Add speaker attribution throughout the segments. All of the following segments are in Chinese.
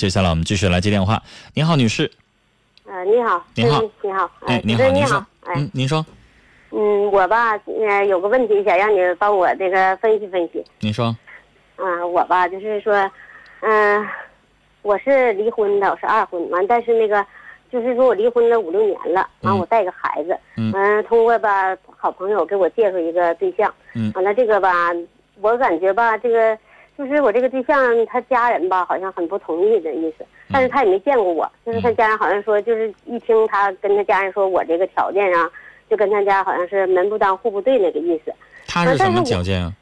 Speaker 1: 接下来我们继续来接电话。您好，女士。
Speaker 2: 呃，你好，
Speaker 1: 你好
Speaker 2: 嗯，你好，
Speaker 1: 哎，您
Speaker 2: 主持
Speaker 1: 好，
Speaker 2: 人你
Speaker 1: 您说。
Speaker 2: 哎，
Speaker 1: 嗯，您说，
Speaker 2: 嗯，我吧，呃，有个问题想让你帮我这个分析分析。
Speaker 1: 您说，
Speaker 2: 嗯、我吧，就是说，嗯、我是离婚的，我是二婚，完，但是那个，就是说我离婚了五六年了，完，
Speaker 1: 嗯
Speaker 2: 我带个孩子，
Speaker 1: 嗯
Speaker 2: 通过吧好朋友给我介绍一个对象，
Speaker 1: 嗯
Speaker 2: 完了这个吧，我感觉吧，这个就是我这个对象他家人吧，好像很不同意的意思，
Speaker 1: 嗯
Speaker 2: 但是他也没见过我，就是他家人好像说，就是一听他跟他家人说我这个条件啊，就跟他家好像是门不当户不对那个意思。
Speaker 1: 他是
Speaker 2: 啊但
Speaker 1: 什
Speaker 2: 是
Speaker 1: 么
Speaker 2: 我
Speaker 1: 条件啊？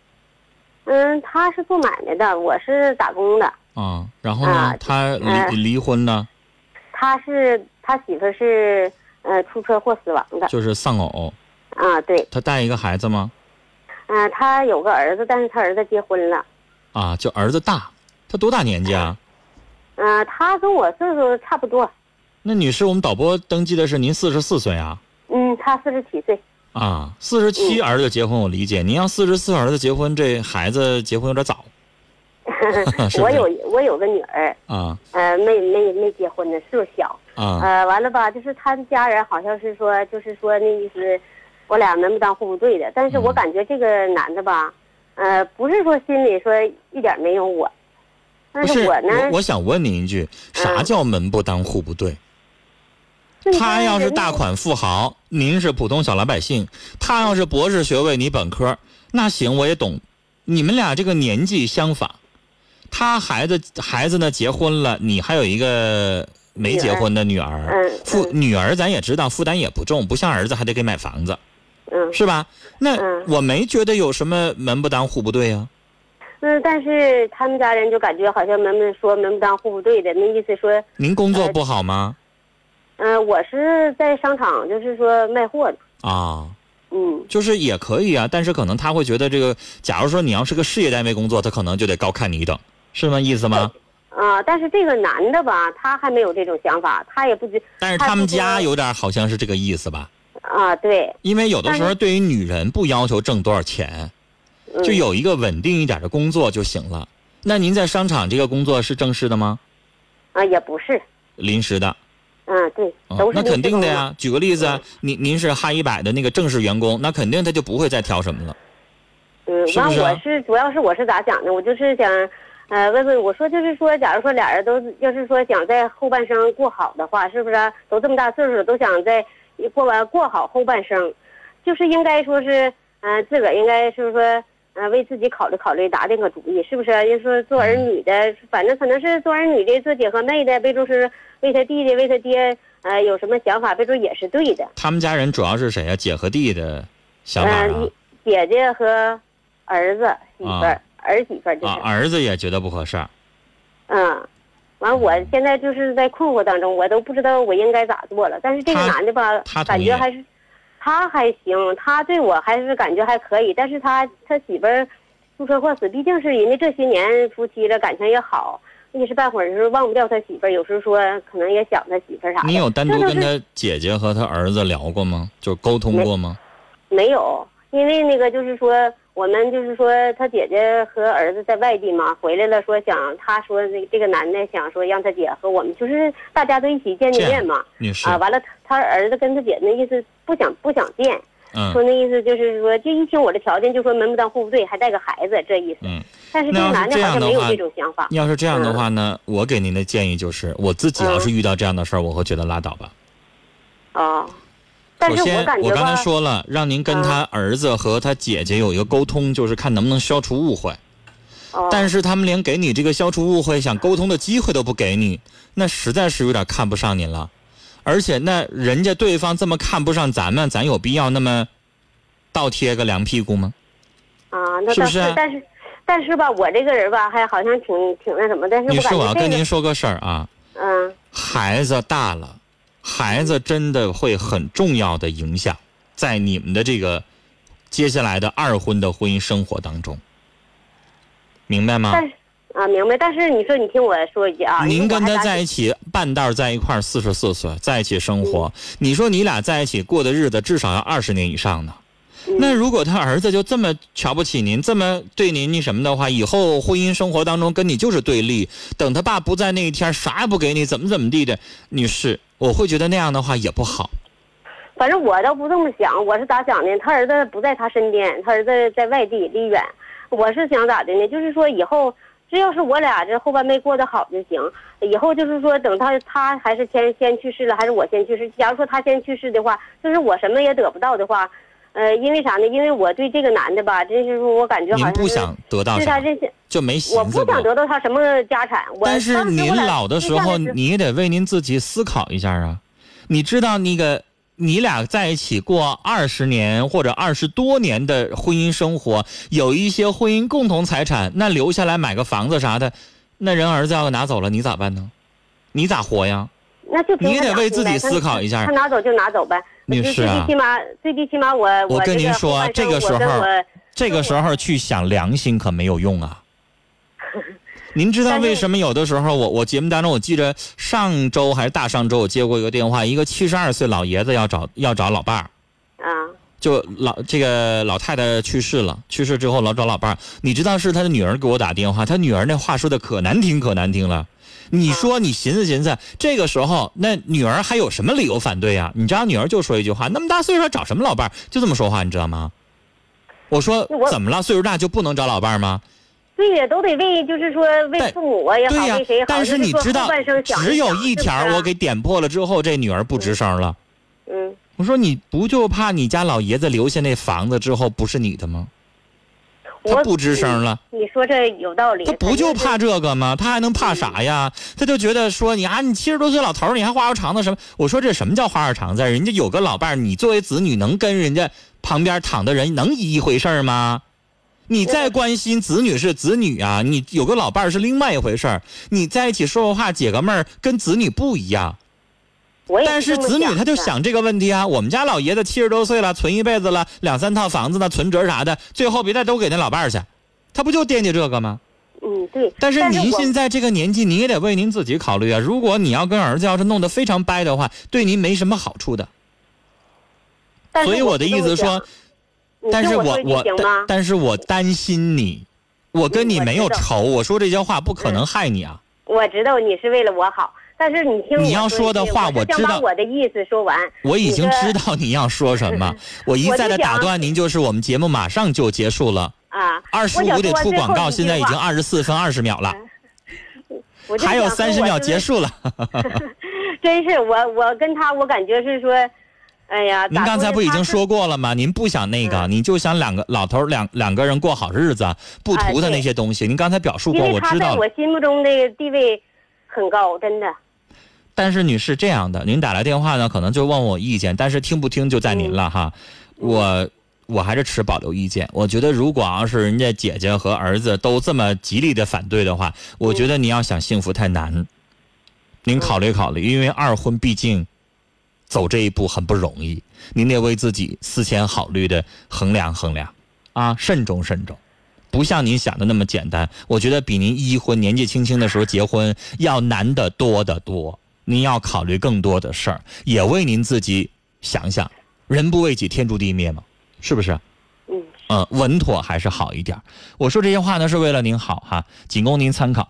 Speaker 2: 嗯，他是做买卖的，我是打工的。
Speaker 1: 啊，然后呢
Speaker 2: 啊？
Speaker 1: 他
Speaker 2: 呃
Speaker 1: 离离婚了，
Speaker 2: 他是他媳妇是呃出车祸死亡的
Speaker 1: 就是丧偶。
Speaker 2: 啊，对，
Speaker 1: 他带一个孩子吗？
Speaker 2: 嗯、他有个儿子，但是他儿子结婚了，
Speaker 1: 啊，就儿子大，他多大年纪啊？
Speaker 2: 嗯、他跟我岁数差不多，
Speaker 1: 那女士，我们导播登记的是您四十四岁啊？
Speaker 2: 嗯，他四十七岁，
Speaker 1: 啊，四十七
Speaker 2: 嗯
Speaker 1: 儿子结婚，我理解。您要四十四儿子结婚，这孩子结婚有点早 是
Speaker 2: 我有我有个女儿，
Speaker 1: 啊
Speaker 2: 呃，没没没结婚呢，岁数小，
Speaker 1: 啊
Speaker 2: 呃，完了吧，就是他的家人好像是说，就是说那意思，我俩门不当户不对的，但是我
Speaker 1: 嗯
Speaker 2: 感觉这个男的吧，呃，不是说心里说一点没有我，但
Speaker 1: 不是
Speaker 2: 我呢，
Speaker 1: 我想问您一句，啥
Speaker 2: 嗯
Speaker 1: 叫门不当户不对？
Speaker 2: 就你
Speaker 1: 他
Speaker 2: 看
Speaker 1: 要是
Speaker 2: 人家
Speaker 1: 大款富豪，您是普通小老百姓；他要是博士学位，你本科，那行我也懂。你们俩这个年纪相仿，他孩子孩子呢结婚了，你还有一个没结婚的女儿，
Speaker 2: 嗯
Speaker 1: 负女儿咱也知道负担也不重，不像儿子还得给买房子，
Speaker 2: 嗯
Speaker 1: 是吧？那
Speaker 2: 嗯
Speaker 1: 我没觉得有什么门不当户不对啊。
Speaker 2: 嗯，但是他们家人就感觉好像门不说门不当户不对的，那意思说，
Speaker 1: 您工作不好吗？
Speaker 2: 嗯、我是在商场，就是说卖货的，
Speaker 1: 啊，
Speaker 2: 嗯
Speaker 1: 就是也可以啊，但是可能他会觉得这个，假如说你要是个事业单位工作，他可能就得高看你一等，是吗？意思吗？
Speaker 2: 啊、但是这个男的吧，他还没有这种想法，他也不觉
Speaker 1: 但是他们家
Speaker 2: 他
Speaker 1: 有点好像是这个意思吧，
Speaker 2: 啊、对，
Speaker 1: 因为有的时
Speaker 2: 但
Speaker 1: 候
Speaker 2: 是
Speaker 1: 对于女人不要求挣多少钱，
Speaker 2: 嗯、
Speaker 1: 就有一个稳定一点的工作就行了。那您在商场这个工作是正式的吗？
Speaker 2: 啊、也不是，
Speaker 1: 临时的，
Speaker 2: 嗯，对
Speaker 1: 啊，
Speaker 2: 都是
Speaker 1: 那
Speaker 2: 临时
Speaker 1: 肯定的
Speaker 2: 工
Speaker 1: 呀。举个例子啊，您您是汉一百的那个正式员工，那肯定他就不会再挑什么了。
Speaker 2: 嗯，
Speaker 1: 是
Speaker 2: 完
Speaker 1: 不是啊
Speaker 2: 我是主要是我是咋想的，我就是想，呃，问问我说就是说，假如说俩人都要是说想在后半生过好的话，是不是啊、都这么大岁数了，都想在过完过好后半生，就是应该说是，呃，自个儿应该是说，呃，为自己考虑考虑，打定个主意，是不是啊、人说做儿
Speaker 1: 嗯
Speaker 2: 女的，反正可能是做儿女的，做姐和妹的，别说是为他弟弟为他爹，呃，有什么想法，别说也是对的。
Speaker 1: 他们家人主要是谁啊？姐和弟的想法啊
Speaker 2: 嗯，姐姐和儿子、媳妇儿、
Speaker 1: 啊
Speaker 2: 儿媳妇儿就
Speaker 1: 啊
Speaker 2: 是，，
Speaker 1: 儿子也觉得不合适啊儿。
Speaker 2: 嗯。完，我现在就是在困惑当中，我都不知道我应该咋做了。但是这个
Speaker 1: 他
Speaker 2: 男的吧
Speaker 1: 他，同
Speaker 2: 感
Speaker 1: 意
Speaker 2: 觉还是，他还行，他对我还是感觉还可以。但是他他媳妇儿出车祸死，毕竟是人家这些年夫妻了，感情也好，一时半会儿是忘不掉他媳妇儿，有时候说可能也想他媳妇儿啥的。
Speaker 1: 你有单独
Speaker 2: 这就是
Speaker 1: 跟他姐姐和他儿子聊过吗？就沟通
Speaker 2: 没
Speaker 1: 过吗？
Speaker 2: 没有，因为那个就是说，我们就是说，他姐姐和儿子在外地嘛，回来了，说想他说这这个男的想说让他姐和我们，就是大家都一起见
Speaker 1: 这
Speaker 2: 见
Speaker 1: 样
Speaker 2: 面嘛。
Speaker 1: 女士，
Speaker 2: 啊，完了，他他儿子跟他姐那意思不想不想见，
Speaker 1: 嗯
Speaker 2: 说那意思就是说，就一听我的条件就说门不当户不对，还带个孩子这意思。
Speaker 1: 嗯。
Speaker 2: 但是这个
Speaker 1: 那要
Speaker 2: 男
Speaker 1: 是
Speaker 2: 的
Speaker 1: 这
Speaker 2: 好
Speaker 1: 样
Speaker 2: 像
Speaker 1: 的
Speaker 2: 没有
Speaker 1: 话
Speaker 2: 这种想法。
Speaker 1: 要是这样的话呢，我给您的建议就是，我自己要是遇到这样的事儿，我会觉得拉倒吧。
Speaker 2: 哦，但是
Speaker 1: 首先，
Speaker 2: 感
Speaker 1: 我
Speaker 2: 觉
Speaker 1: 刚才
Speaker 2: 吧，
Speaker 1: 说了，让您跟他儿子和他姐姐有一个沟通，就是看能不能消除误会。
Speaker 2: 哦，
Speaker 1: 但是他们连给你这个消除误会、想沟通的机会都不给你，那实在是有点看不上您了。而且，那人家对方这么看不上咱们，咱有必要那么倒贴个凉屁股吗？
Speaker 2: 啊，那
Speaker 1: 是
Speaker 2: 倒
Speaker 1: 不是啊
Speaker 2: 但是但是吧，我这个人吧，还好像挺挺那什么，但是
Speaker 1: 女
Speaker 2: 我
Speaker 1: 士，我
Speaker 2: 感
Speaker 1: 要
Speaker 2: 觉
Speaker 1: 跟
Speaker 2: 这
Speaker 1: 您
Speaker 2: 个，
Speaker 1: 说个事儿啊。
Speaker 2: 嗯
Speaker 1: 孩子大了，孩子真的会很重要的影响在你们的这个接下来的二婚的婚姻生活当中，明白吗
Speaker 2: 但？是啊，明白。但是你说，你听我说一句啊，
Speaker 1: 您跟他在
Speaker 2: 一
Speaker 1: 一起半道儿在一块儿四十
Speaker 2: 嗯
Speaker 1: 四岁，在一起生活，你说你俩在一起过的日子至少要二十年以上呢。
Speaker 2: 嗯
Speaker 1: 那如果他儿子就这么瞧不起您，这么对您那什么的话，以后婚姻生活当中跟你就是对立。等他爸不在那一天，啥也不给你，怎么怎么地的，女士，我会觉得那样的话也不好。
Speaker 2: 反正我倒不这么想，我是咋想的？他儿子不在他身边，他儿子在外地离远。我是想咋的呢？就是说以后，只要是我俩这后半辈过得好就行。以后就是说，等他他还是先先去世了，还是我先去世？假如说他先去世的话，就是我什么也得不到的话，呃，因为啥呢？因为我对这个男的吧，真是说我感觉好
Speaker 1: 您
Speaker 2: 像
Speaker 1: 不
Speaker 2: 是
Speaker 1: 想得到
Speaker 2: 对他
Speaker 1: 啥，
Speaker 2: 这些，
Speaker 1: 就没
Speaker 2: 我
Speaker 1: 寻思
Speaker 2: 不
Speaker 1: 过。
Speaker 2: 想得到他什么家产。我
Speaker 1: 但是
Speaker 2: 当时
Speaker 1: 您
Speaker 2: 我俩
Speaker 1: 老的时候，
Speaker 2: 对象
Speaker 1: 你也得为您自己思考一下啊。你知道那个你俩在一起过二十年或者二十多年的婚姻生活，有一些婚姻共同财产，那留下来买个房子啥的，那人儿子要拿走了，你咋办呢？你咋活呀？
Speaker 2: 那就凭
Speaker 1: 你
Speaker 2: 他
Speaker 1: 得
Speaker 2: 俩
Speaker 1: 为
Speaker 2: 明
Speaker 1: 自己
Speaker 2: 白
Speaker 1: 思考一下
Speaker 2: 他拿走就拿走呗。
Speaker 1: 女
Speaker 2: 就
Speaker 1: 士啊
Speaker 2: 最最起码最最起码我
Speaker 1: 我跟
Speaker 2: 这
Speaker 1: 您
Speaker 2: 个
Speaker 1: 说
Speaker 2: 后半
Speaker 1: 这
Speaker 2: 生
Speaker 1: 个时
Speaker 2: 我跟
Speaker 1: 候
Speaker 2: 我
Speaker 1: 这个时候去想良心可没有用 啊。您知道为什么有的时候我我节目当中我记着上周还是大上周我接过一个电话，一个七十二岁老爷子要找要找老伴儿，
Speaker 2: 啊，
Speaker 1: 就老这个老太太去世了，去世之后老找老伴儿，你知道是他的女儿给我打电话，他女儿那话说的可难听可难听了。你说你寻思寻思，这个时候那女儿还有什么理由反对啊？你知道女儿就说一句话：那么大岁数还找什么老伴儿？就这么说话，你知道吗？我说
Speaker 2: 那我
Speaker 1: 怎么了？岁数大就不能找老伴儿吗？
Speaker 2: 对呀，都得为就是说为
Speaker 1: 但
Speaker 2: 父母啊也好，
Speaker 1: 对呀、
Speaker 2: 为谁也好，
Speaker 1: 但
Speaker 2: 就是
Speaker 1: 你
Speaker 2: 说
Speaker 1: 知
Speaker 2: 后
Speaker 1: 道
Speaker 2: 半生，想
Speaker 1: 只有
Speaker 2: 想
Speaker 1: 一
Speaker 2: 是不
Speaker 1: 条
Speaker 2: 是啊
Speaker 1: 我给点破了之后，这女儿不吱声了。
Speaker 2: 嗯，
Speaker 1: 我说你不就怕你家老爷子留下那房子之后不是你的吗？他
Speaker 2: 我
Speaker 1: 不吱声了。
Speaker 2: 你说这有道理，
Speaker 1: 他不就怕这个吗？他还能
Speaker 2: 嗯
Speaker 1: 怕啥呀？他就觉得说你啊，你七十多岁老头儿，你还花花肠子什么？我说这什么叫花花肠子？人家有个老伴儿，你作为子女能跟人家旁边躺的人能一回事儿吗？你再关心子女是子女啊，你有个老伴儿是另外一回事儿。你在一起说说话解个闷儿，跟子女不一样。
Speaker 2: 我也
Speaker 1: 但是
Speaker 2: 这么
Speaker 1: 子女他就
Speaker 2: 的
Speaker 1: 想这个问题啊，我们家老爷子七十多岁了，存一辈子了，两三套房子呢，存折啥的，最后别的都给那老伴儿去，他不就惦记这个吗？
Speaker 2: 嗯对，
Speaker 1: 但是您
Speaker 2: 我
Speaker 1: 现在这个年纪，您也得为您自己考虑啊。如果你要跟儿子要是弄得非常掰的话，对您没什么好处的。
Speaker 2: 但是
Speaker 1: 所以我的
Speaker 2: 是这
Speaker 1: 意
Speaker 2: 么
Speaker 1: 思
Speaker 2: 想
Speaker 1: 说，，但
Speaker 2: 你
Speaker 1: 是
Speaker 2: 听
Speaker 1: 我
Speaker 2: 说一句
Speaker 1: 我
Speaker 2: 行
Speaker 1: 但
Speaker 2: 吗？
Speaker 1: 但是我担心你，我跟
Speaker 2: 嗯
Speaker 1: 你
Speaker 2: 我
Speaker 1: 没
Speaker 2: 知
Speaker 1: 有
Speaker 2: 道嗯
Speaker 1: 仇，我说这些话不可能害你啊。
Speaker 2: 我知道你是为了我好，但是你听
Speaker 1: 你
Speaker 2: 我
Speaker 1: 要
Speaker 2: 说
Speaker 1: 说
Speaker 2: 一
Speaker 1: 的
Speaker 2: 句
Speaker 1: 话我
Speaker 2: 我是想
Speaker 1: 知
Speaker 2: 把
Speaker 1: 道
Speaker 2: 我的意思说完。
Speaker 1: 我已经
Speaker 2: 你
Speaker 1: 知
Speaker 2: 这
Speaker 1: 道你要说什么，我一
Speaker 2: 我
Speaker 1: 再
Speaker 2: 就
Speaker 1: 的打
Speaker 2: 想
Speaker 1: 断您，就是我们节目马上就结束了，
Speaker 2: 啊，
Speaker 1: 二十
Speaker 2: 我想
Speaker 1: 五得
Speaker 2: 说
Speaker 1: 出
Speaker 2: 最
Speaker 1: 广
Speaker 2: 后
Speaker 1: 告，
Speaker 2: 一
Speaker 1: 现
Speaker 2: 句
Speaker 1: 在已
Speaker 2: 话嗯
Speaker 1: 经二十四分二十秒了，
Speaker 2: 我就
Speaker 1: 还有
Speaker 2: 想说
Speaker 1: 三十
Speaker 2: 我
Speaker 1: 秒
Speaker 2: 就
Speaker 1: 结
Speaker 2: 是
Speaker 1: 束了。
Speaker 2: 真是我，我跟他，我感觉是说，哎呀，
Speaker 1: 您
Speaker 2: 咋
Speaker 1: 刚才
Speaker 2: 呢
Speaker 1: 不已经？
Speaker 2: 他是嗯
Speaker 1: 说过了吗？您不想那个，你就想两个老头儿两两个人过好日子，不图他
Speaker 2: 哎对
Speaker 1: 那些东西。您刚才表述
Speaker 2: 因
Speaker 1: 过，
Speaker 2: 为
Speaker 1: 我
Speaker 2: 他
Speaker 1: 知
Speaker 2: 在
Speaker 1: 道了。
Speaker 2: 我心目中的地位很高，真的。
Speaker 1: 但是女士这样的，您打来电话呢，可能就问我意见，但是听不听就在您了哈。我我还是持保留意见。我觉得如果要是人家姐姐和儿子都这么极力的反对的话，我觉得你要想幸福太难。您考虑考虑，因为二婚毕竟走这一步很不容易，您得为自己思前考虑的衡量衡量，啊，慎重慎重。不像您想的那么简单，我觉得比您一婚年纪轻轻的时候结婚要难得多得多。您要考虑更多的事儿，也为您自己想想，人不为己，天诛地灭嘛，是不是？
Speaker 2: 嗯，
Speaker 1: 呃，稳妥还是好一点儿。我说这些话呢，是为了您好哈，仅供您参考。